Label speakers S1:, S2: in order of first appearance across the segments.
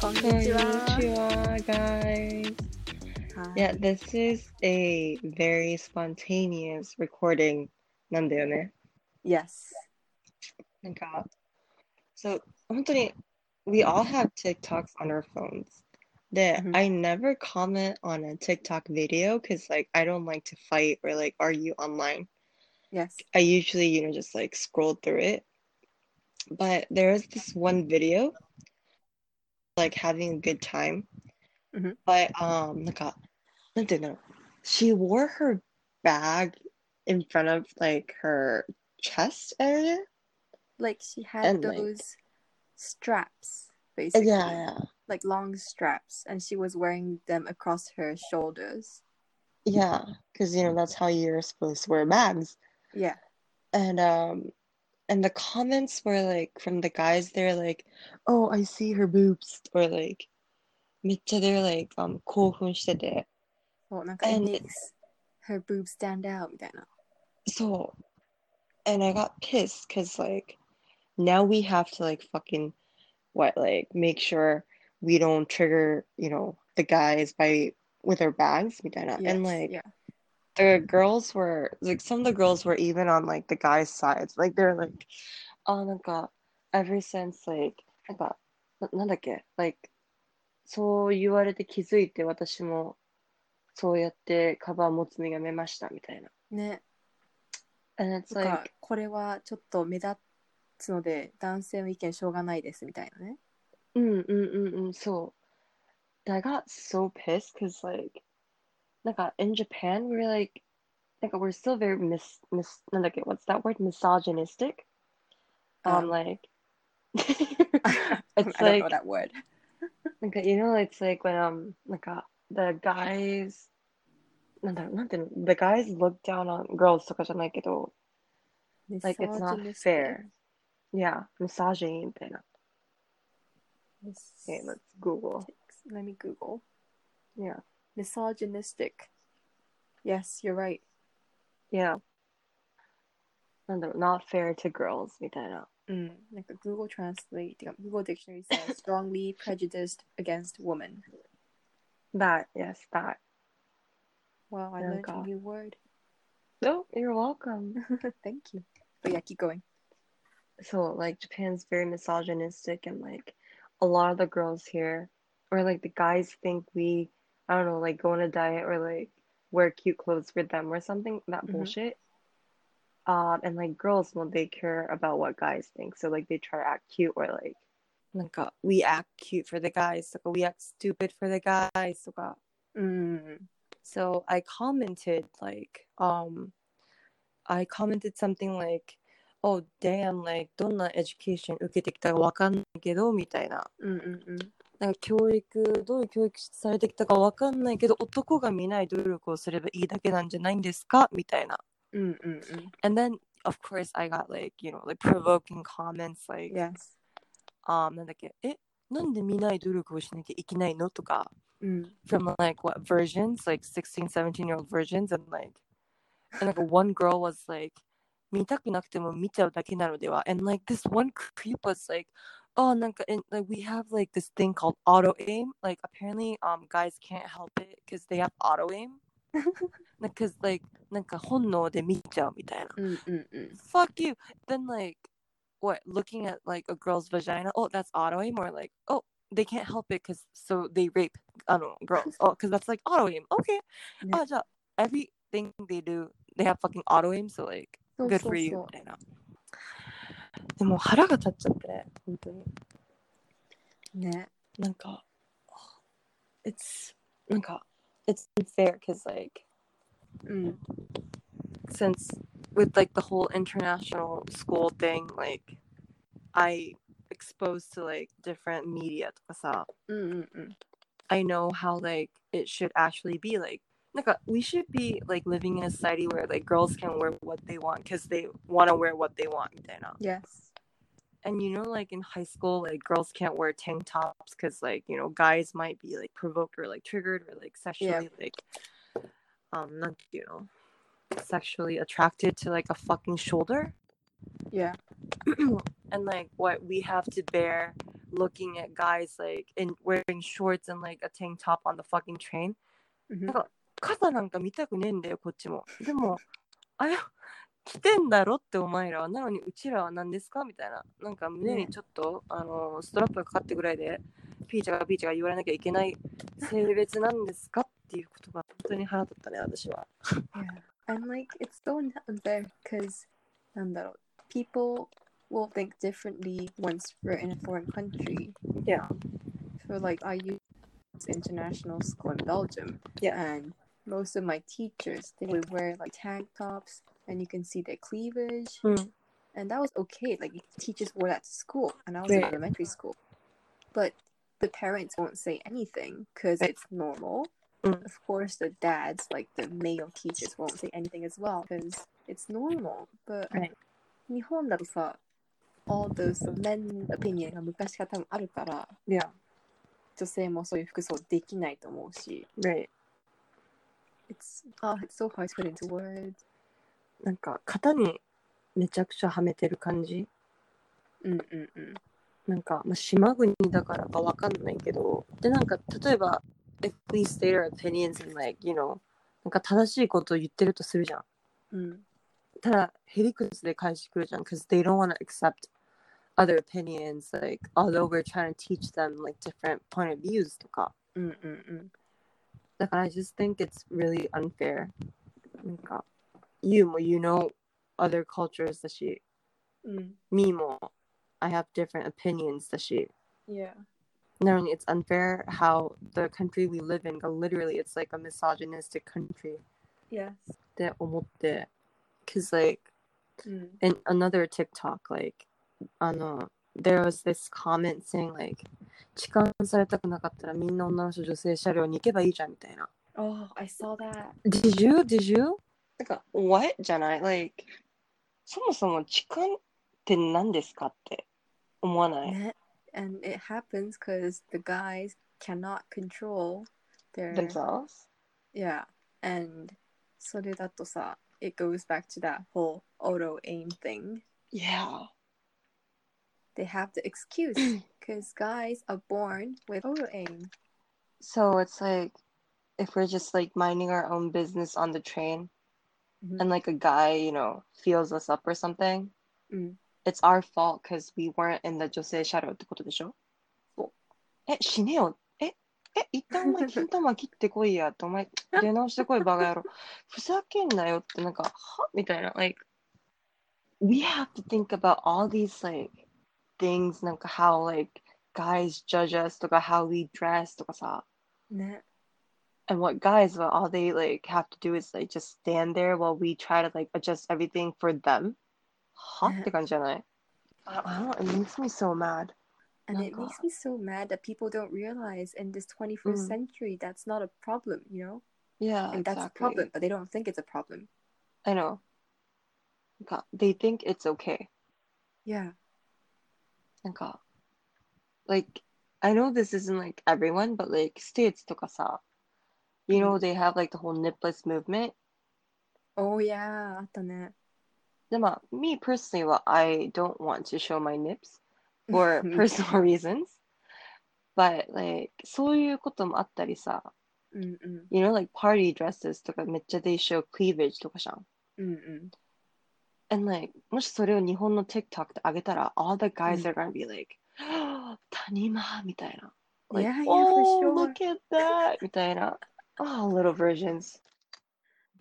S1: こんにちは。
S2: Konnichiwa, guys.
S1: はい
S2: Yeah, this is a very spontaneous recording なんだよね。
S1: Yes.
S2: なんか、そう、本当に、we all have TikToks on our phones. で、
S1: Mhm.
S2: I never comment on a TikTok video because, like, I don't like to fight or, like, argue online.
S1: Yes.
S2: I usually, you know, just like scroll through it. But there is this one video, like having a good time.
S1: Mhm.
S2: But um, like, a- なんて言うんだろう。she wore her bag in front of like her chest area.
S1: Like she had
S2: And, like-
S1: those straps,
S2: Yeah,
S1: basically.
S2: yeah,
S1: Like long straps, and she was wearing them across her shoulders.
S2: yeah. Because you know that's how you're supposed to wear bags.
S1: Yeah.
S2: and um and the comments were like from the guys they're like oh i see her boobs or like めっちゃ they're like um 興奮してて
S1: そうなんか、it
S2: And-
S1: makes her boobs stand out みたいな。
S2: そう and i got pissed because like now we have to like fucking what like make sure we don't trigger you know the guys by with our bags みたいな
S1: Yes,
S2: and like
S1: yeah.
S2: the girls were like some of the girls were even on like the guys' sides. Like they're like, oh my god, ever since like なんかななんだっけ like そう言われて気づいて私もそうやってカバン持つのやめましたみたいな。
S1: ね。
S2: And it's
S1: なんか
S2: like
S1: これはちょっと目立つので男性の意見しょうがないですみたいなね。
S2: うんうんうんうん mm, そう。I got so pissed because like なんか in Japan we're like なんか we're still very mis mis なんだっけ what's that word misogynistic on
S1: Um,
S2: like
S1: I
S2: it's
S1: don't know
S2: like
S1: that word.
S2: like you know it's like when um like uh, the guys なんだろう、なんていうの the guys look down on girls とかじゃないけど like it's not
S1: Misogynistic.
S2: fair yeah misogyny みたいな
S1: Mis-
S2: okay let's google
S1: Let me Google.
S2: yeah
S1: Misogynistic. Yes, you're right.
S2: yeah なんだろう not fair to girls みたいな
S1: うん。なんか Mm, Google Translate てか Google Dictionary says strongly prejudiced against women.
S2: that yes that
S1: Wow, I
S2: なん
S1: learned
S2: か
S1: a new word.
S2: no you're welcome
S1: Thank you. But yeah, keep going.
S2: so like Japan's very misogynistic and like a lot of the girls here or like the guys think we I don't know like go on a diet or like wear cute clothes for them or something that
S1: Mhm.
S2: bullshit. Um and like girls well they care about what guys think so like they try to act cute or like like uh, we act cute for the guys so we act stupid for the guys so
S1: うん。
S2: so I commented like um I commented something like oh damn like どんなエデュケーション受けてきたかわかんないけどみたいな
S1: うんうんうん。
S2: なんか教育どういう教育されてきたかわかんないけど男が見ない努力をすればいいだけなんじゃないんですかみたいな
S1: うんうんうん。
S2: and then of course I got like you know like provoking comments like
S1: Yes.
S2: um なんだっけえなんで見ない努力をしなきゃいけないのとか
S1: うん。
S2: from like what versions like 16 17 year old versions and like and like one girl was like 見たくなくても見ちゃうだけなのでは and like this one creep was like oh なんか and like we have like this thing called auto aim like apparently um guys can't help it because they have auto aim because like なんか本能で見ちゃうみたいな
S1: うんうんうん。
S2: fuck you then like what looking at like a girl's vagina oh that's auto aim or like oh they can't help it because so they rape I don't know girls oh because that's like auto aim okay
S1: Yeah.
S2: oh, so everything they do they have fucking auto aim so like
S1: そう
S2: good
S1: そ
S2: for
S1: う
S2: you
S1: そう
S2: み。たいなでも腹が立っちゃってね本当に
S1: ね。
S2: なんか it's なんか it's unfair because like
S1: うん。
S2: since with like the whole international school thing, like I exposed to like different media とかさ,
S1: うんうんうん。
S2: I know how like it should actually be like なんか we should be like living in a society where like girls can wear what they want because they want to wear what they want みたいな.
S1: Yes.
S2: and you know like in high school like girls can't wear tank tops because like you know guys might be like provoked or like triggered or like sexually like um なんていうの sexually attracted to like a fucking shoulder
S1: Yeah.
S2: and like what we have to bear looking at guys like in wearing shorts and like a tank top on the fucking train
S1: うん
S2: 肩なんか見たくねえんだよこっちもでもあれ来てんだろってお前らはなのにうちらは何ですかみたいななんか胸にちょっと、あのストラップがかかってぐらいでピーチャーがピーチャーが言われなきゃいけない性別なんですかっていうことが本当に腹立ったね私は
S1: Yeah. And like it's so n- unfair because um, people will think differently once we're in a foreign country.
S2: Yeah.
S1: So like I use international school in Belgium.
S2: Yeah.
S1: And most of my teachers they would wear like tank tops and you can see their cleavage.
S2: Mm.
S1: And that was okay. Like teachers wore that to school and I was in
S2: Right.
S1: elementary school. But the parents won't say anything because
S2: Right.
S1: it's normal
S2: Mm.
S1: of course the dads like the male teachers won't say anything as well because it's normal but
S2: Right.
S1: 日本だとさ uh, all those men opinion が昔から多分あるから
S2: Yeah
S1: 女性もそういう服装できないと思うし
S2: right
S1: it's,、ah it's so hard to put into words
S2: なんか肩にめちゃくちゃはめてる感じ
S1: うんうんうん
S2: なんか、まあ、島国だからかわかんないけど、で、なんか、例えば、if we state our opinions and like, you know, なんか正しいことを言ってるとするじゃん。
S1: うん
S2: ただ、ヘリクスで返してくるじゃん。because they don't want to accept other opinions, like, although we're trying to teach them like different point of views とか。
S1: うんうん
S2: だから、I just think it's really unfair. なんか、you も you know other cultures だし、
S1: うんうん
S2: me も I have different opinions だし。
S1: yeah
S2: knowing it's unfair how the country we live in, literally, it's like a misogynistic country.
S1: yes
S2: って思って Cause like
S1: うん
S2: in another TikTok, like, あの there was this comment saying like, 痴漢されたくなかったらみんな女の人女性車両に行けばいいじゃんみたいな。
S1: oh I saw that
S2: Did you? Did you? なんか what じゃない like そもそも痴漢って何ですかって思わない。
S1: ね and it happens because the guys cannot control their
S2: themselves?
S1: Yeah, and それだとさ、it goes back to that whole auto aim thing.
S2: Yeah.
S1: They have the excuse because guys are born with auto aim.
S2: So it's like if we're just like minding our own business on the train
S1: Mhm.
S2: and like a guy, you know, feels us up or something,
S1: Mm.
S2: it's our fault because we weren't in the 女性車両ってことでしょ
S1: そう。
S2: "Eh, え、死ねよ。え、え、一旦お前金玉切ってこいやって。お前、出直してこい、バカ野郎。ふざけんなよって、なんか、はみたいな。Like, we have to think about all these, like, things, なんか how, like, guys judge us とか how we dress とかさ。
S1: ね。
S2: and what guys well all they like have to do is like just stand there while we try to like adjust everything for them huh
S1: Yeah.
S2: って感じじゃない I, I don't it makes me so mad
S1: And it
S2: なんか-
S1: makes me so mad that people don't realize in this 21st
S2: Mm.
S1: century that's not a problem, you know?
S2: yeah
S1: Like, that's a
S2: exactly.
S1: problem, but they don't think it's a problem.
S2: I know God, they think it's okay
S1: Yeah.
S2: なんか like I know this isn't like everyone but like states とかさ you know they have like the whole nipless movement
S1: Oh, yeah. あったね。
S2: でまあ uh, me personally well I don't want to show my nips for
S1: Mm.
S2: personal reasons but like そういうこともあったりさ
S1: うんうん。
S2: You know, like party dresses とかめっちゃ they show cleavage とかじゃん。
S1: うんうん。
S2: And like, もしそれを日本の TikTok で上げたら、all the
S1: うん
S2: guys are gonna be like, 谷間みたいな。Like,
S1: Yeah, yeah,
S2: oh,
S1: for sure.
S2: look at that! みたいな。Oh, little versions.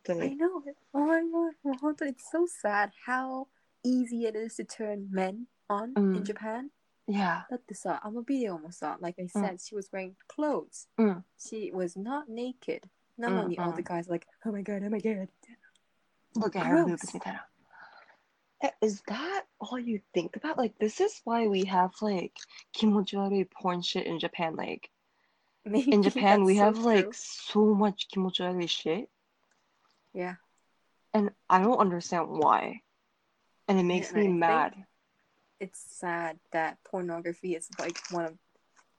S2: 本当
S1: I
S2: に
S1: know. Oh my god. もう本当 it's so sad how easy it is to turn men on
S2: うん
S1: in Japan.
S2: Yeah.
S1: だってさ、あのビデオもさ、like I said, she was wearing clothes.
S2: うん。
S1: She was not naked. なのに、
S2: うんうん
S1: all the guys like, oh my god, oh my god.
S2: Look at her
S1: Gross.
S2: boobs みたいな。Eh, Is that all you think about? Like, this is why we have like 気持ち悪い porn shit in Japan. Like,
S1: Maybe
S2: in Japan,
S1: that's
S2: we
S1: so
S2: have like
S1: true.
S2: so much 気持ち悪い shit.
S1: Yeah.
S2: and I don't understand why. And it makes
S1: and I
S2: me
S1: think-
S2: mad.
S1: It's sad that pornography is like one of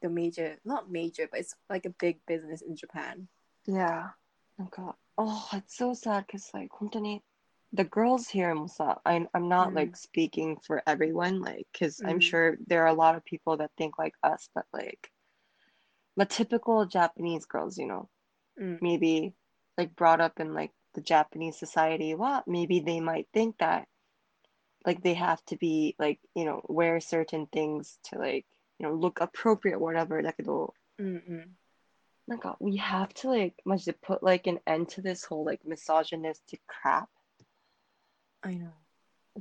S1: the major, not major, but it's like a big business in Japan.
S2: Yeah. なんか Oh, it's so sad because like 本当に the girls here もさ I, I'm not
S1: Mm.
S2: like speaking for everyone like because I'm
S1: Mm.
S2: sure there are a lot of people that think like us but like the typical Japanese girls you know
S1: Mm.
S2: maybe like brought up in like the Japanese society well maybe they might think that like they have to be like you know wear certain things to like you know look appropriate whatever だけど
S1: Mm-mm.
S2: なんか we have to like マジで put like an end to this whole like misogynistic crap
S1: I know.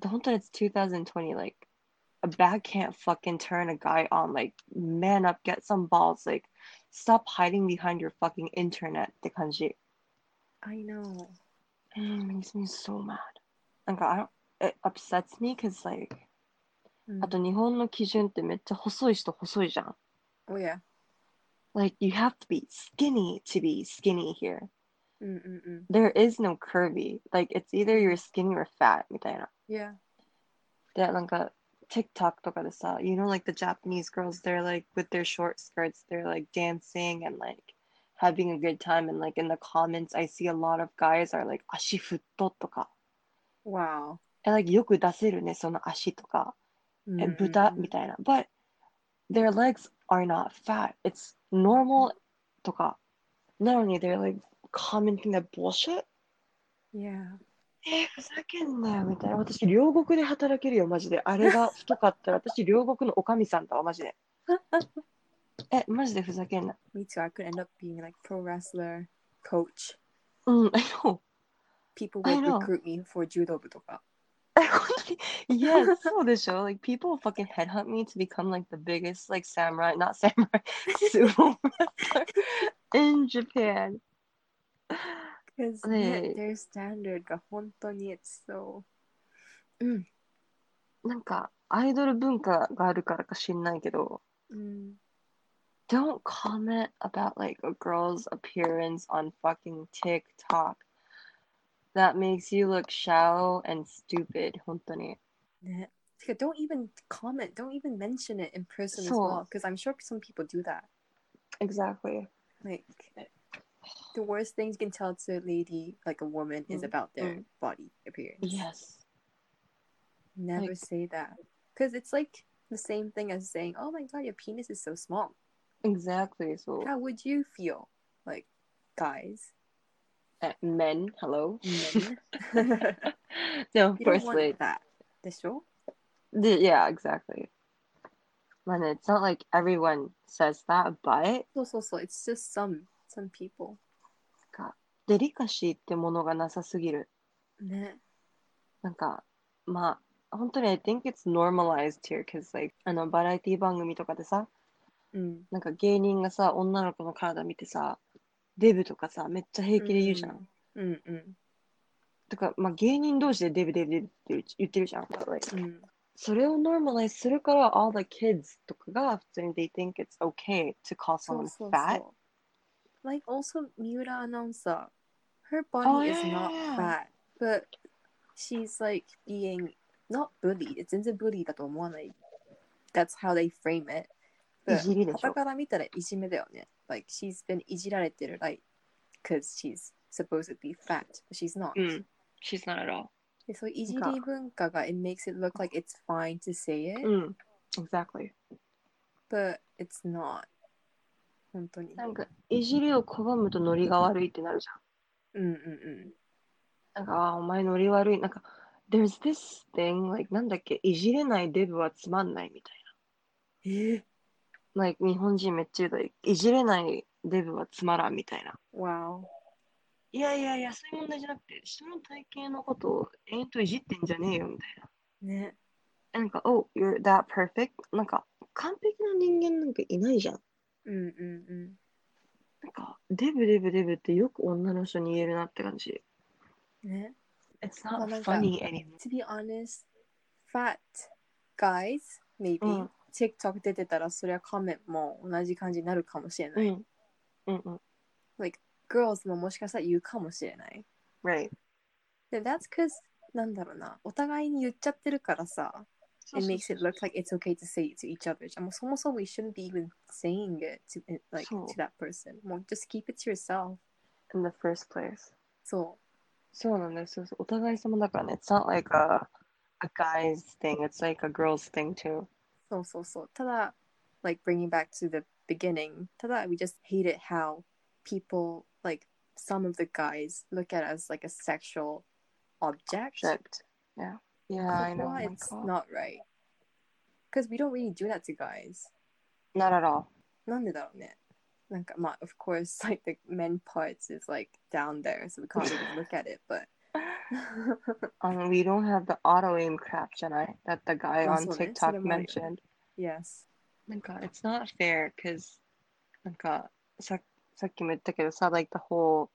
S2: 本当に it's 2020 like a bag can't fucking turn a guy on like man up get some balls like stop hiding behind your fucking internet って感じ
S1: I know.
S2: Mm, makes me so mad なんか I don't it upsets me cause like
S1: Mm.
S2: あと日本の基準ってめっちゃ細い人細いじゃん
S1: Oh yeah.
S2: like you have to be skinny to be skinny here
S1: Mm-mm-mm.
S2: there is no curvy like it's either you're skinny or fat みたいな
S1: Yeah.
S2: で、なんか、TikTok とかでさ、you know, like the Japanese girls, they're like with their short skirts, they're like dancing and like having a good time. And like in the comments, I see a lot of guys are like 足フットとか、
S1: Wow.
S2: and like よく出せるね、その足とか、え、豚
S1: Mm-mm-mm.
S2: みたいな。But their legs are not fat, it's normal とか、なのに they're like commenting that bullshit?
S1: Yeah.
S2: えーふざけんなよみたいな。私、両国で働けるよ、マジで。あれ が太かったら、私、両国のおかみさんだわ、マジで。え、マジでふざけんな。
S1: Me too. I could end up being like pro wrestler, coach.
S2: うん、I know.
S1: People
S2: I
S1: would
S2: know.
S1: recruit me for judo 部とか。
S2: え、本当に。Yes, そうでしょ。Like, people fucking headhunt me to become like the biggest, like, samurai, not samurai, sumo wrestler in Japan.
S1: Because yeah,
S2: で、
S1: their standard が本当に it's so
S2: なんか、アイドル文化があるからか知んないけど、
S1: mm,
S2: don't comment about like a girl's appearance on fucking TikTok. That makes you look shallow and stupid, 本当に。
S1: ね。てか don't even comment, don't even mention it in person as
S2: そう。
S1: well. Because I'm sure some people do that.
S2: Exactly.
S1: Like the worst things you can tell to a lady, like a woman, is
S2: Mm,
S1: about their
S2: mm.
S1: body appearance.
S2: Yes.
S1: Never
S2: Like-
S1: say that. Because it's like the same thing as saying, oh my god, your penis is so small.
S2: Exactly. So
S1: How would you feel? Like, guys,
S2: uh, men, hello.
S1: men,
S2: no,
S1: you don't
S2: firstly,
S1: want that. でしょ
S2: th- yeah, exactly. Man, it's not like everyone says that, but
S1: そうそうそう。It's just some, some people.
S2: かデリカシーってものがなさすぎる。
S1: ね。
S2: なんか、まあ、本当に I think it's normalized here, cause like あのバラエティ番組とかでさ、
S1: うん。
S2: なんか芸人がさ、女の子の体見てさ、デブとかさ、めっちゃ平気で言うじゃん。
S1: うんうん
S2: とか、まあ、芸人同士でデブデブデブって言ってるじゃん。But like
S1: うん。
S2: それを normalize するから、all the kids とかが普通に they think it's okay to call
S1: そ
S2: someone
S1: うそう
S2: fat.
S1: そう。Like also Miura announcer, her
S2: Oh,
S1: body
S2: yeah,
S1: is
S2: yeah,
S1: not
S2: yeah.
S1: fat, but she's like being not bullied. It's into bully だと思わない。That's how they frame it.
S2: いじ
S1: But
S2: りでし
S1: 傍
S2: ょ。
S1: から見たらいじめだよね。Like she's been いじられてる like because she's supposedly fat, but she's not.
S2: うん。She's not at all.
S1: でそういういじ
S2: なん
S1: り文化が it makes it look like it's fine to say it,
S2: うん。Exactly.
S1: but it's not. 本当に。
S2: なんか、いじりを拒むとノリが悪いってなるじ
S1: うんうんうん。
S2: ゃん。なんか、あーお前ノリ悪い。なんか、there's this thing, like, なんだっけ、いじれないデブはつまんないみたい
S1: えー、
S2: な。like、日本人めっちゃ言う、like、いじれないデブはつまらんみたいな。
S1: Wow.
S2: いやいやいや、そういう問題じゃなくて、人の体型のことを延々といじってんじゃねえよみたいな。
S1: ね。
S2: えなんか、oh, you're that perfect? なんか、完璧な人間なんかいないじゃん。
S1: うんうんうん。
S2: なんか、デブデブデブってよく女の人に言えるなって感じ。
S1: ね。
S2: It's
S1: まあ
S2: not
S1: なんか
S2: funny anymore.
S1: To be honest, fat guys,
S2: う
S1: maybe
S2: ん。
S1: TikTok 出てたらそれはカメも同じ感じになるかもしれ
S2: う
S1: ない。
S2: ん。うんうん。
S1: Like, girls ももしかしたら言うかもしれない。
S2: Right.
S1: で、that's cause なんだろうな。お互いに言っちゃってるからさ。
S2: そう
S1: It
S2: そう
S1: makes it
S2: そう
S1: look like it's okay to say it to each other. じゃあもうそもそも we shouldn't be even saying it to, like,
S2: そう
S1: to that person. もう just keep it to yourself.
S2: In the first place.
S1: そ
S2: そうなんですよ。お互い様だからね。It's not like a, a guy's thing. It's like a girl's thing too.
S1: うそうそうそうただ like bringing back to the beginning ただ we just hated how people like some of the guys look at us like a sexual object Uh,
S2: Shit. Yeah. Yeah, I know. Oh my
S1: it's
S2: God.
S1: not right because we don't really do that to guys
S2: Not at all.
S1: なんでだろうねなんかまあ of course like the men parts is like down there so we can't really look at it but
S2: Um, we don't have the auto aim crap tonight that the guy
S1: Ah,
S2: on
S1: so that's
S2: TikTok
S1: what I'm wondering.
S2: mentioned.
S1: yes
S2: なんか、it's Oh not fair, cause, oh なんか、ささっきも言ったけどさ、like the whole,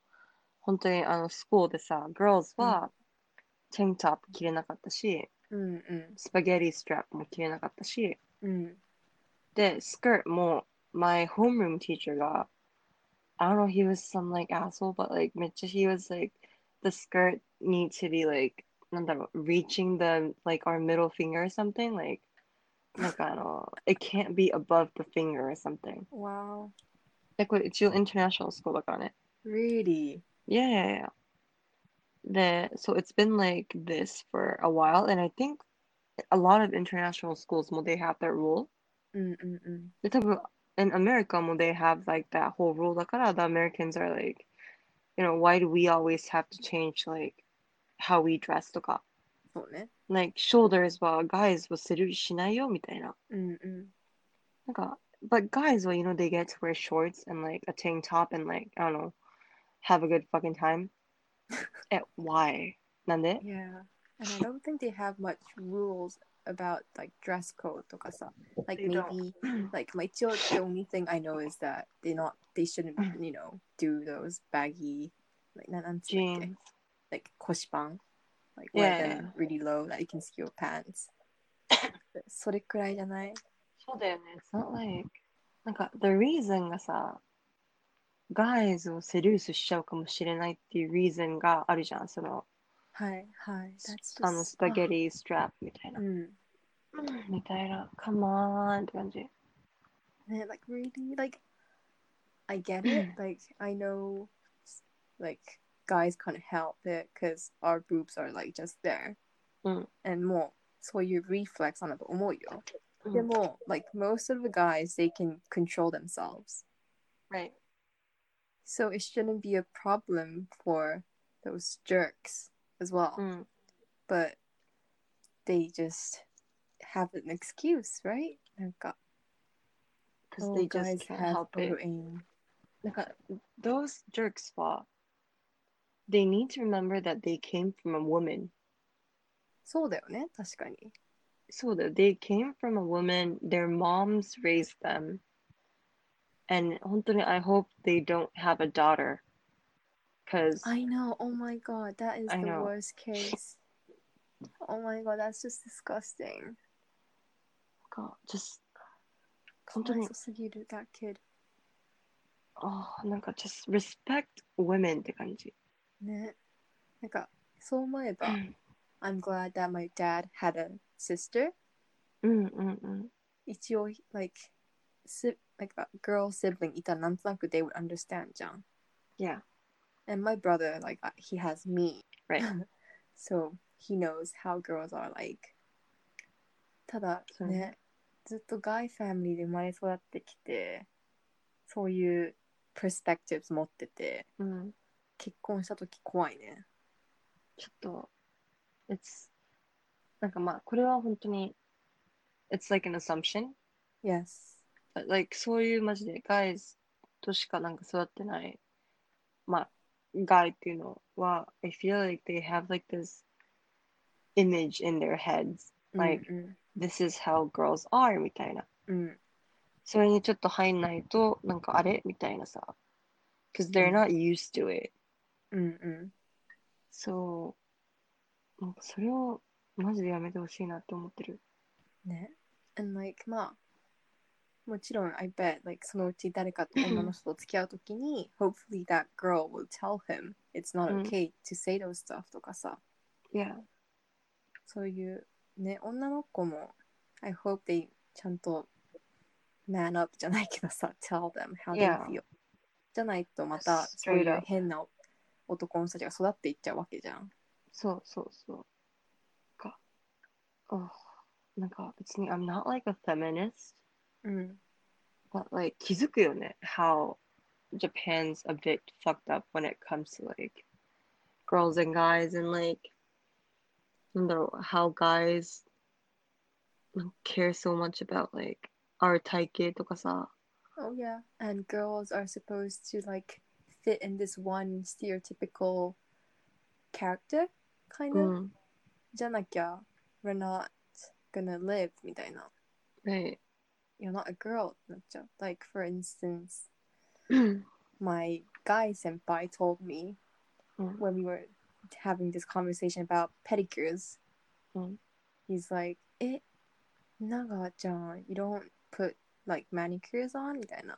S2: 本当にあの、スクールでさ、girls uh, は、テントップ着れなかったし、
S1: うんう
S2: スパゲティストラップも着れなかったし、
S1: んうん
S2: で、スカートも、my homeroom teacher が、I don't know, he was some like asshole, but like, めっちゃ he was like, the skirt need to be like, なんだろう、reaching the, like our middle finger or something, like, なんかあの、it can't be above the finger or something.
S1: wow
S2: で、これ一応 international school だからね。
S1: really
S2: Yeah, yeah, yeah. で、so it's been like this for a while, and I think a lot of international schools も they have that rule.
S1: うんうんうん
S2: で、多分 in America も they have like that whole rule だから the Americans are like, you know, why do we always have to change like how we dress とか。
S1: そうね
S2: Like shoulders は guys はするしないよみたいな。
S1: うんうん
S2: なんか、but guys, well, you know, they get to wear shorts and like a tank top and like, I don't know, have a good fucking time. At why? なんで
S1: Yeah, and I don't think they have much rules about like dress code とかさ like
S2: They don't.
S1: maybe like my child the only thing I know is that they not they shouldn't you know do those baggy like ななんつうんだっけ
S2: Jeans.
S1: like 腰パン like wear
S2: Yeah,
S1: them really low that you can see your pants それくらいじゃない
S2: そうだよね。It's not like, なんか、the reason がさ、guys をセデュースしちゃうかもしれないっていう reason があるじゃん。その、
S1: はいはい That's mm.
S2: あの、スパゲティストラップみたい
S1: just-
S2: な
S1: う。ん Mm.
S2: みたいな、come on って感じ。
S1: ね like really like I get it like I know like guys can't help it because our boobs are like just there
S2: うん。
S1: and more so you reflex on omoyo
S2: うん
S1: mm. more like most of the guys they can control themselves
S2: Right.
S1: so it shouldn't be a problem for those jerks as well
S2: うん。
S1: but they just have an excuse right なんか
S2: Because
S1: oh,
S2: they
S1: guys
S2: just can't
S1: have
S2: help it.
S1: overeating.
S2: なんか、those jerks は、they need to remember that they came from a woman.
S1: そうだよね確かに
S2: そうだよ、they came from a woman, their moms raised them. And 本当に I hope they don't have a daughter. Because
S1: I know. Oh my god, that is
S2: I
S1: the
S2: know.
S1: worst case. Oh my god, that's just disgusting.
S2: just,
S1: か
S2: 本当
S1: わい
S2: に
S1: そうすぎる that kid.
S2: あーなんか oh just respect women って感じ。
S1: ね。なんか、そう思えば、I'm
S2: Mm.
S1: glad that my dad had a sister.
S2: うんうんうん。
S1: 一応、like, si like a girl sibling いたらなんとなく they would understand じゃん。
S2: Yeah.
S1: And my brother, like, I- he has me.
S2: Right.
S1: so he knows how girls are like. ただ
S2: そう
S1: ね
S2: ね、
S1: ずっとガイファミリーで生まれ育ってきて、そういうプロスペクティブス持ってて、
S2: うん。
S1: 結婚した時怖いね。
S2: ちょっと、it's, なんかまあ、これは本当に、it's like an assumption.
S1: Yes.
S2: like そういうマジでガイズとしかなんか育ってないまあガイっていうのは I feel like they have like this image in their heads like、
S1: うん、
S2: this is how girls are みたいな
S1: うん。
S2: それにちょっと入んないとなんかあれみたいなさ because they're not used to it
S1: うん、うん。
S2: そうなんかそれをマジでやめてほしいなって思ってる
S1: うん。ね。And like, まあ、もちろん、I bet, like, そのうち誰かと女の人と付き合うときに、hopefully that girl will tell him it's not
S2: うん
S1: okay to say those stuff とかさ。
S2: Yeah
S1: そういうね、女の子も、I hope they ちゃんと man up じゃないけどさ、tell them how they
S2: Yeah.
S1: feel. じゃないとまた
S2: Straight
S1: そういう
S2: up.
S1: 変な男の人たちが育っていっちゃうわけじゃん。
S2: そうそうそう。か。あなんか別に I'm not like a feminist,
S1: うん。
S2: but like 気づくよね how Japan's a bit fucked up when it comes to like girls and guys and like なんだろう how guys like, care so much about like our 体型とかさ。
S1: Oh yeah. And girls are supposed to like fit in this one stereotypical character, kind
S2: う
S1: of.
S2: ん。
S1: じゃなきゃ we're not gonna live みたいな。
S2: はい。
S1: You're not a girl ってなっちゃう。Like for instance, my guy senpai told me
S2: Mm.
S1: when we were having this conversation about pedicures.
S2: Mm.
S1: He's like, "Eh, Naga-chan, you don't put like manicures on?" みたいな。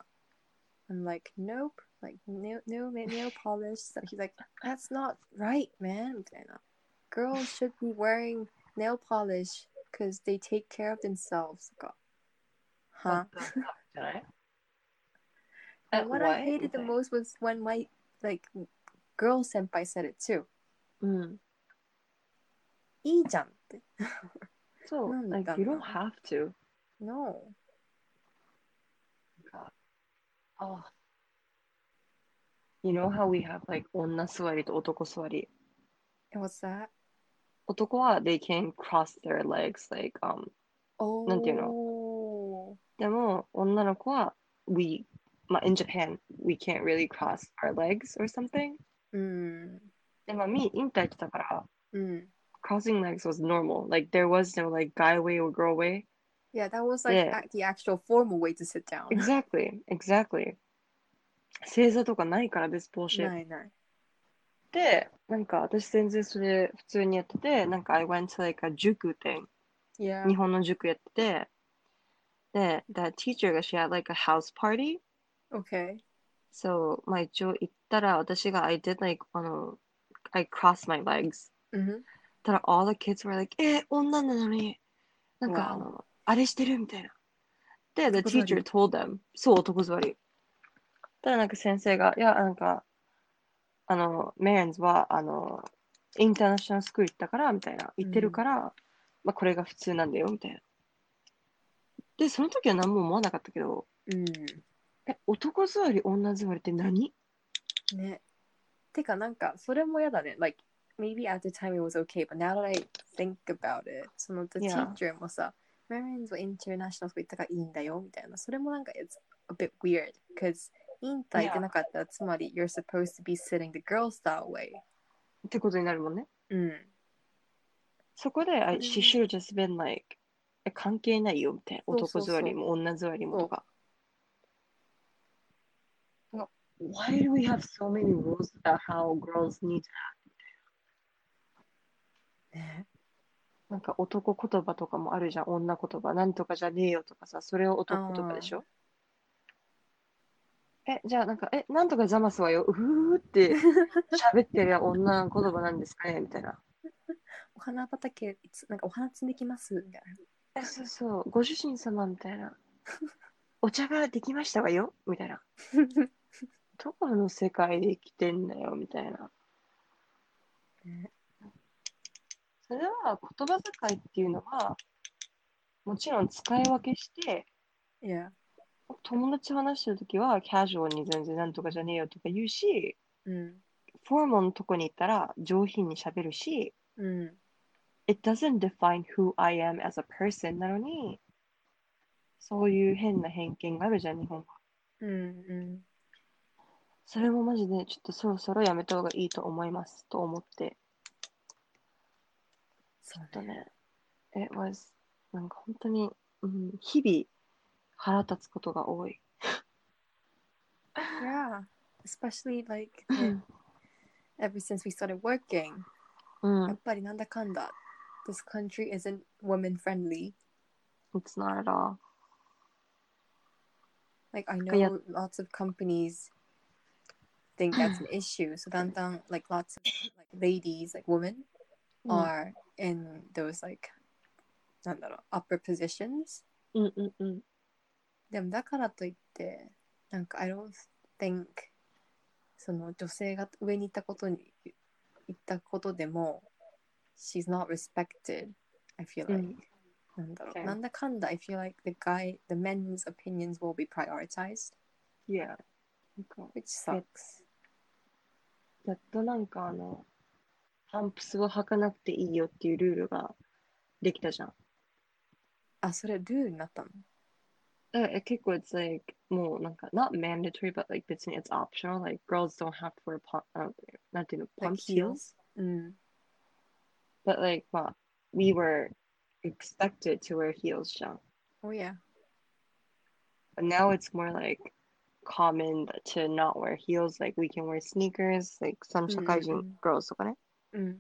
S1: I'm like, "Nope." Like, no, no ma- nail polish. So he's like, "That's not right, man." みたいな。Girls should be wearing nail polish because they take care of themselves. とか Huh?
S2: じゃない
S1: And what I
S2: Why?
S1: hated the
S2: Okay.
S1: most was when my like girl senpai said it too.
S2: うん。
S1: いいじゃんって。
S2: そう、
S1: なんだ
S2: like you don't have to.
S1: No.
S2: あ You know how we have like 女座りと男座り。
S1: And what's that?
S2: 男は they can cross their legs like um
S1: おー
S2: なんていう
S1: oh.
S2: でも女の子は we まあ in Japan we can't really cross our legs or something
S1: うん。
S2: でまあみインター来たから
S1: うん。
S2: crossing legs was normal like there was no like guy way or girl way
S1: Yeah, that was like
S2: Yeah.
S1: a- the actual formal way to sit down.
S2: exactly exactly 正座とかないから this bullshit
S1: ないない。
S2: で、なんか私全然それ普通にやってて、なんか I went to like a 塾店、
S1: Yeah.
S2: 日本の塾やってて、で、that teacher が she had like a house party。
S1: Okay.
S2: So, まあ一応行ったら私が I did like, あの、I crossed my legs。
S1: うん。
S2: たら all the kids were like, え、女なのに、なんか
S1: Wow.
S2: あの、あれしてるみたいな。で、the
S1: 男座り
S2: teacher told them, そう、男座り。ただなんか先生が、いや、なんか、あの、メーンズは、あの、インターナショナルスクール行ったから、みたいな、行ってるから、まあ、これが普通なんだよ、みたいな。で、その時は何も思わなかったけど、
S1: うん。
S2: え、男座り、女座りって何
S1: ね。てかなんかそれも嫌だね。Like maybe at the time it was okay, but now that I think about it, その the
S2: Yeah.
S1: teacher もさ、Marines は international とか言ったからいいんだよみたいな。それもなんか it's a bit weird because インター行ってなかったらつまり you're supposed to be sitting the girl style way.
S2: ってことになるもんね。
S1: うん。
S2: そこで、
S1: う
S2: あ
S1: ん
S2: she should have just been like, え関係ないよ、みたいな。
S1: そうそ
S2: 男
S1: うそう
S2: 座りも女座りもとか。なんか Why do we have so many rules about how girls need to
S1: ね。
S2: なんか男言葉とかもあるじゃん、女言葉、なんとかじゃねえよとかさ、それを男言葉でしょえ、じゃあなんか、え、なんとかざますわよ、うふふって喋ってりゃ女言葉なんですかねみたいな。
S1: お花畑いつなんかお花摘んできますみた い
S2: え、そうそう、ご主人様みたいな。 お茶ができましたわよみたいな。
S1: な。
S2: どこの世界で生きてんだよみたいな
S1: ね。
S2: それは言葉遣いっていうのは、もちろん使い分けして、
S1: いや。
S2: 友達と話してるときはカジュアルに全然なんとかじゃねえよとか言うし、
S1: うん。
S2: フォーマルのとこに行ったら上品に喋るし、
S1: うん。
S2: It doesn't define who I am as a person なのに、そういう変な偏見があるじゃん、日本は。
S1: うん。うん。
S2: それもマジでちょっとそろそろやめた方がいいと思いますと思って、
S1: そ
S2: ちょっ
S1: う
S2: と
S1: ね。
S2: ね、It was なんか本当に、うん、日々腹立つことが多い。
S1: Yeah. Especially like
S2: う
S1: ね
S2: ん
S1: ever since we started working.
S2: うん
S1: やっ、ぱりなんだかんだ。This country isn't woman friendly.
S2: It's not at all.
S1: Like I
S2: いや
S1: know lots of companies think that's an issue. So だんだん like lots of like ladies, like women
S2: うん
S1: are in those like なんだろう upper positions.
S2: うんうんうん。
S1: でもだからといってなんか I don't think その女性が上に行ったことに行ったことでも she's not respected I feel like、
S2: うん
S1: なんだろう、
S2: Same.
S1: なんだかんだ I feel like the guy the men's opinions will be prioritized
S2: Yeah. なんか
S1: which sucks
S2: やっとなんかあの、パンプスを履かなくていいよっていうルールができたじゃん。
S1: あそれルールになったの
S2: だから結構、it's like, もうなんか、not mandatory, but like 別に it's optional. Like, girls don't have to wear pump, なんていうの、
S1: Like
S2: pump heels?
S1: うん
S2: But like, まあ、we were expected to wear heels じゃん。
S1: Oh yeah
S2: But now it's more like common to not wear heels. Like, we can wear sneakers. Like, some 社会
S1: うんうんうん
S2: 人 girls とかね。
S1: うん、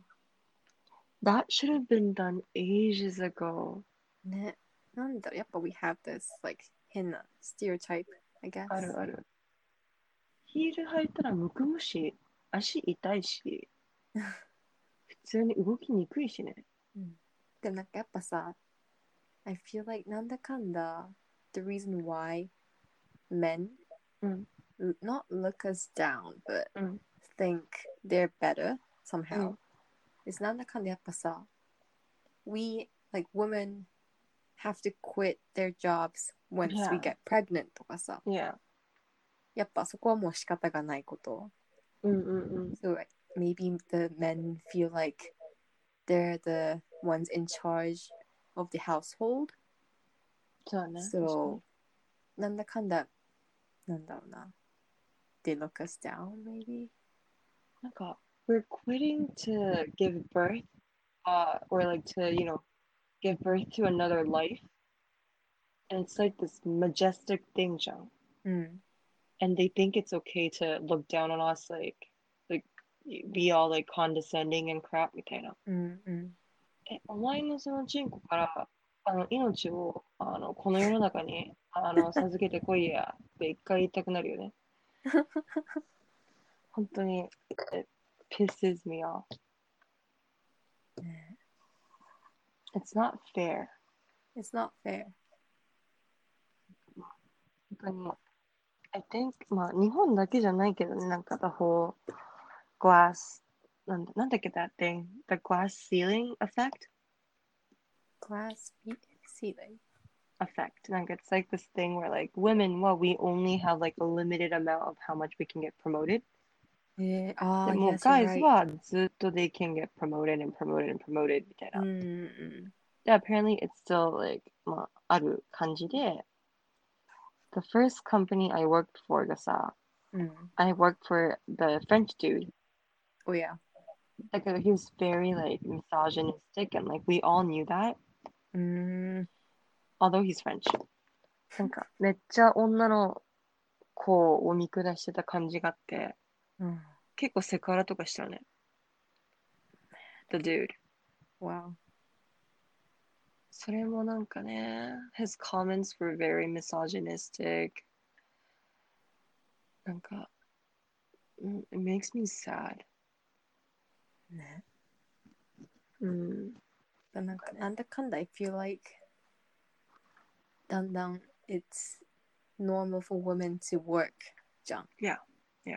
S2: That should have been done ages ago.
S1: ね、なんだろうやっぱ we have this like 変な stereotype I guess
S2: あるある。ヒール履いたらむくむし、足痛い し、普通に動きにくいしね。
S1: でもなんかやっぱさ I feel like なんだかんだ the reason why men
S2: うん
S1: not look us down but
S2: うん
S1: think they're better
S2: う
S1: somehow
S2: ん
S1: is なんだかんだやっぱさ we like women have to quit their jobs once we
S2: Yeah.
S1: get pregnant とかさ
S2: Yeah.
S1: やっぱそこはもう仕方がないこと
S2: うんうんうん。
S1: So like, maybe the men feel like they're the ones in charge of the household.
S2: そうね。
S1: So なんだかんだなんだろうな。They look us down maybe.
S2: なんか、we're uh, quitting to give birth, uh, or like to, you know, give birth to another life. And it's like this majestic thing, John.
S1: うん。
S2: And they think it's okay to look down on us, like, like, be all like condescending and crap Eh, みたいな。
S1: うんうん。
S2: え、お前のそのチンコから、あの、uh, 命を、あの、この世の中に、あの、授けてこいや、って一回言いたくなるよね。本当に、it pisses me off.
S1: ね
S2: It's not fair.
S1: It's not fair.
S2: 本当に。I think, まあ、日本だけじゃないけどね、なんか、the whole glass, なんだ、なんだっけ、that thing, the glass ceiling effect?
S1: Glass be- ceiling.
S2: effect. Like it's like this thing where like women, well, we only have like a limited amount of how much we can get promoted.
S1: えー、ああ、
S2: でも
S1: Oh, yes, you're
S2: guys
S1: right.
S2: はずっと they can get promoted and promoted and promoted みたいな。
S1: うんうん。
S2: で apparently it's still like まあある感じで。The first company I worked for がさ、
S1: うん。
S2: I worked for the French dude.
S1: Oh yeah.
S2: Like uh, he was very like misogynistic and like we all knew that.
S1: うん。
S2: although he's French なんかめっちゃ女の子を見下してた感じがあって
S1: うん。
S2: 結構セクハラとかしたよね The dude
S1: Wow.
S2: それもなんかね His comments were very misogynistic なんかうん It makes me sad
S1: ね。
S2: うん
S1: だなんかなんだかんだ I feel like だんだん it's normal for women to work じゃん。
S2: Yeah, yeah.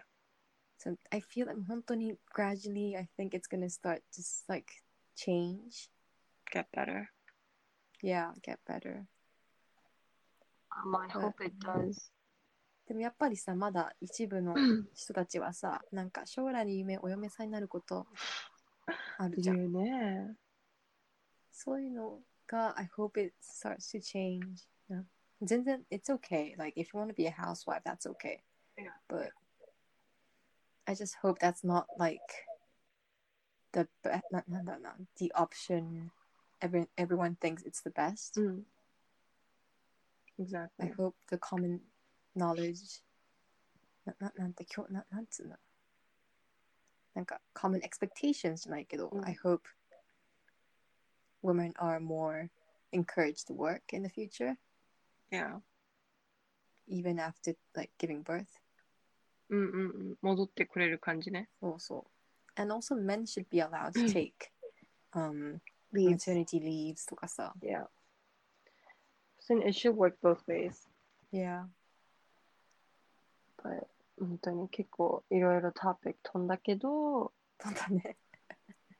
S1: So I feel like 本当に gradually I think it's gonna start to s- like change.
S2: Get better
S1: Yeah, get better.
S2: Um, I hope it does
S1: でもやっぱりさまだ一部の
S2: うん
S1: 人たちはさなんか将来の夢お嫁さんになることあるじゃん。
S2: 言うね
S1: そういうのが I hope it starts to change. な全然 it's okay. Like if you want to be a housewife, that's okay.
S2: Yeah.
S1: But I just hope that's not like the be- ななんだろうな the option every everyone thinks it's the best.
S2: うん Exactly
S1: I hope the common knowledge なななんて今日ななんつうのなんか common expectations じゃないけど、
S2: うん
S1: I hope women are more encouraged to work in the future
S2: Yeah
S1: even after like giving birth
S2: うんうんうん戻ってくれる感じね
S1: also and also men should be allowed to take um
S2: Leaves.
S1: maternity leaves とかさ
S2: Yeah. So it should work both ways,
S1: yeah
S2: but 本当に結構いろいろトピック飛んだけど、
S1: そうだね。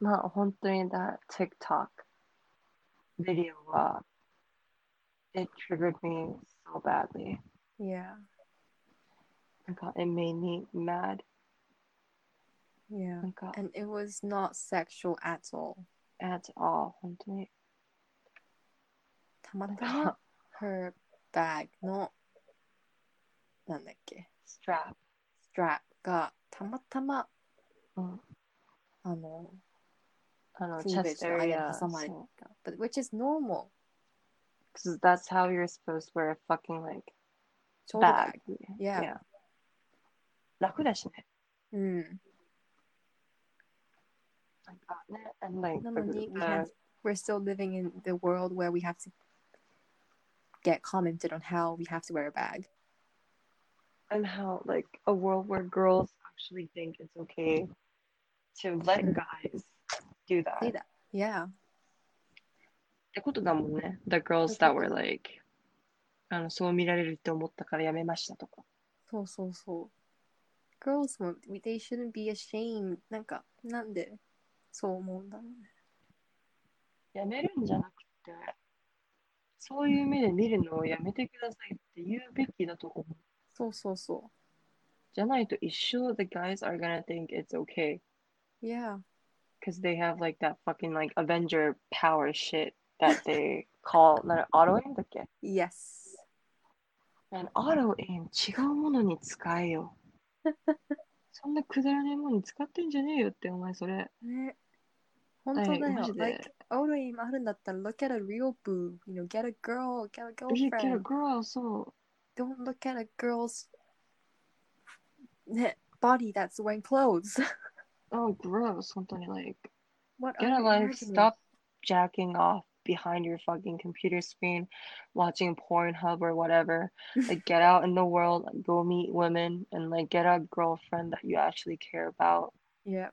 S2: まあ本当にだ TikTok ビデオは It triggered me so badly.
S1: Yeah.
S2: なんか It made me mad.
S1: Yeah.
S2: なんか
S1: And it was not sexual at all.
S2: at all 本当に
S1: たま
S2: なん
S1: たま
S2: か
S1: her bag のなんだっけ
S2: strap
S1: ストラップがたまたま、
S2: うん
S1: あの、
S2: あの
S1: cleavage
S2: chest
S1: の間
S2: area
S1: に挟まれて
S2: そう
S1: た。But which is normal.
S2: Because that's how you're supposed to wear a fucking like
S1: ちょうど
S2: bag.
S1: bag. Yeah.
S2: 楽だしね。
S1: うん。
S2: なんかね、and like,
S1: なのに、
S2: the- uh,
S1: we have, we're still living in the world where we have to get commented on how we have to wear a bag.
S2: and how like a world where girls actually think it's okay to let guys do Mm-hmm. that.
S1: Say that. Yeah.
S2: ってことだもんね。The girls that were like あのそう見られるって思ったからやめましたとか。
S1: そうそうそう。Girls も、we- they shouldn't be ashamed. なんか、なんでそう思うんだろうね。
S2: やめるんじゃなくて、そういう目で見るのをやめてくださいって言うべきだと思う。
S1: そうそうそ
S2: じゃないと一生 the guys are gonna think it's okay
S1: う。Yeah.
S2: because they have like that fucking like Avenger power shit that they call なんだ auto aim だっけ
S1: Yes.
S2: And auto aim 違うものに使え よ。そんなくだらないものに使ってんじゃねえよってお前それ。
S1: ね。本当だ
S2: はいマ
S1: よ
S2: ジ。で
S1: Like, オールイムあるんだったら、look at a real boob. You know, get a girl, get a
S2: いいけど
S1: girlfriend.
S2: グローそう。
S1: Don't look at a girl's ね、body that's wearing clothes.
S2: Oh, gross. Something like,
S1: What
S2: get
S1: are
S2: a
S1: we
S2: life.
S1: imagining?
S2: Stop jacking off behind your fucking computer screen, watching Pornhub or whatever. Like, get out in the world, like, go meet women, and like, get a girlfriend that you actually care about.
S1: Yep.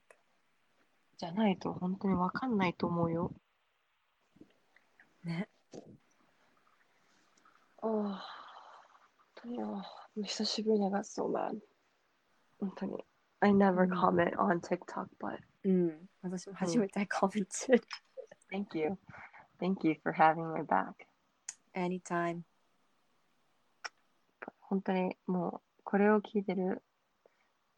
S2: じゃないと本当にわかんないと思うよ。
S1: ね。
S2: ああ、本 当に、ああ、Oh, 久しぶりに I got so mad. 本当に。I never
S1: うん
S2: comment on TikTok, but
S1: うん。私も初めてコメント。
S2: thank you. Thank you for having me back.
S1: Anytime.
S2: 本当にもうこれを聞いてる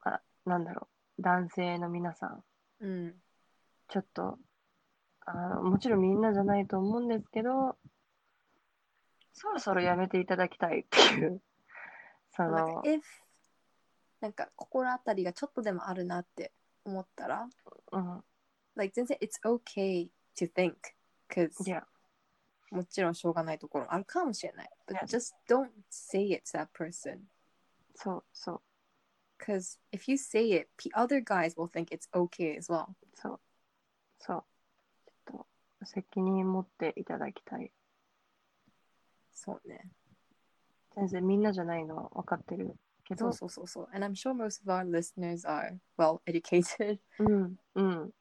S2: あなんだろう男性の皆さん
S1: うん。
S2: ちょっとあのもちろんみんなじゃないと思うんですけどそろそろやめていただきたいっていう そ
S1: なんか
S2: の
S1: if なんか心当たりがちょっとでもあるなって思ったら、
S2: うん
S1: like 全然 it's okay to think
S2: い
S1: because
S2: や
S1: もちろんしょうがないところあるかもしれない。
S2: Yeah.
S1: But just don't say it to that person
S2: そうそう
S1: because if you say it, the other guys will think it's okay as well.
S2: そうそうちょっと責任持っていただきたい
S1: そうね。
S2: 全然みんなじゃないのは分かってるけ
S1: そ
S2: ど
S1: うそうそうそう。And I'm sure most of our listeners are well educated.
S2: うんうん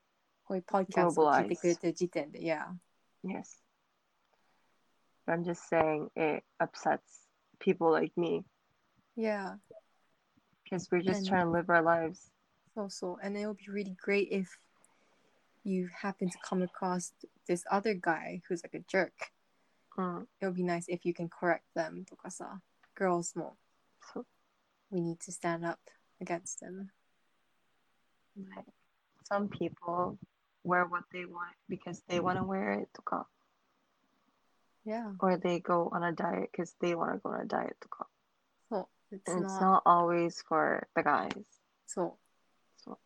S1: こういう podcast を聞いてくれてる時点で、yeah.
S2: Yes. I'm just saying it upsets people like me
S1: Yeah.
S2: because we're just
S1: And-
S2: trying to live our lives.
S1: So so, and it would be really great if you happen to come across this other guy who's like a jerk.
S2: Mm.
S1: It would be nice if you can correct them とかさ。Girls も
S2: So,
S1: we need to stand up against them.
S2: like, some people wear what they want because they want to wear it, とか
S1: Yeah.
S2: or they go on a diet because they want to go on a diet. とか
S1: So it's
S2: And it's
S1: not,
S2: not always for the guys.
S1: そ
S2: So,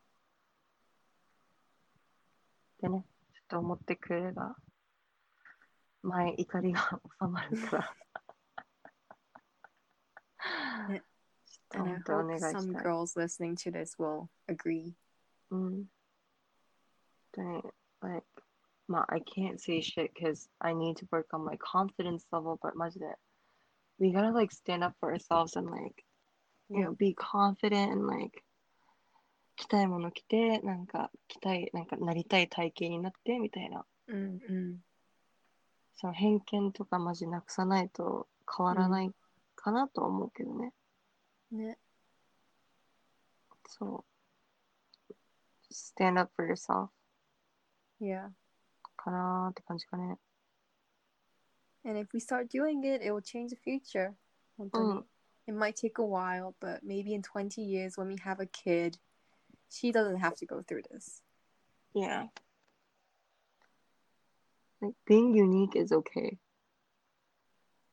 S2: でね、ちょっと思ってくれれば、前怒りが 収まるから。
S1: ね
S2: ち
S1: う。
S2: ょっ
S1: And I
S2: と本
S1: hope
S2: 当お願い
S1: some
S2: したい。
S1: girls listening to this will agree.
S2: うん。Right. Like, ma, I can't say shit because I need to work on my confidence level, but much of it, we gotta like stand up for ourselves and like, you know, be confident and like, 着たいもの着て、なんか着たい、なんかなりたい体型になってみたいな、
S1: うんうん。
S2: その偏見とかマジなくさないと変わらないかなとは思うけどね。
S1: ね。
S2: そう。stand up for yourself
S1: Yeah.
S2: かなーって感じかね。
S1: And if we start doing it, it will change the future. 本当に
S2: Mm.
S1: It might take a while, but maybe in 20 years when we have a kid, she doesn't have to go through this.
S2: Yeah. Like being unique is okay.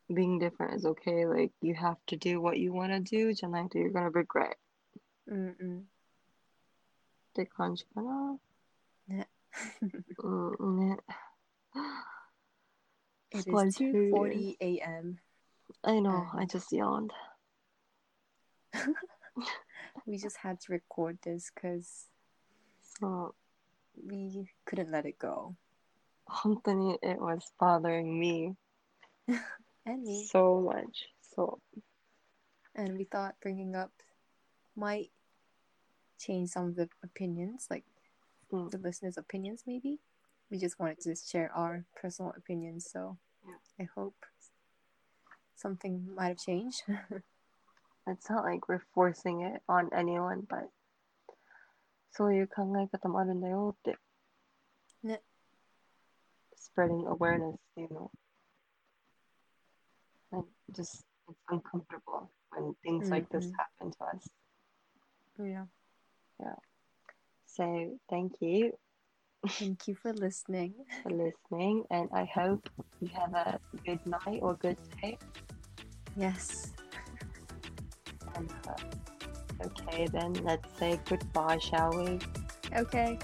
S2: Being different is okay. Like you have to do what you want to do じゃないと you're gonna regret っ
S1: うんうん。
S2: て感じかな。
S1: ね。
S2: うん ね。
S1: It
S2: Why
S1: is
S2: do you-
S1: 2:40 a.m.
S2: I know.
S1: Um,
S2: I just yawned.
S1: We just had to record this because
S2: そう。
S1: we couldn't let it go.
S2: 本当に it was bothering me
S1: And me.
S2: so much. そ
S1: and we thought bringing up might change some of the opinions, like
S2: Mm.
S1: the listeners' opinions, maybe. We just wanted to just share our personal opinions, so
S2: Yeah.
S1: I hope something might have changed.
S2: う。It's not like we're forcing it on anyone, but そういう考え方もあるんだよって。
S1: ね。
S2: spreading awareness っていうの。Like, just, it's uncomfortable when things like this
S1: うんうん
S2: happen to us.
S1: yeah.
S2: So, thank you.
S1: Thank you for listening.
S2: for listening, and I hope you have a good night or good day.
S1: Yes.
S2: And, uh, okay, then let's say goodbye, shall we?
S1: Okay.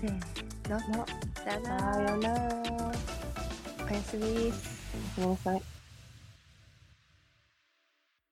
S1: Hmm. Okay. No, no. Sana.
S2: Sayonara.
S1: Bye, Sweet.
S2: Yes, I-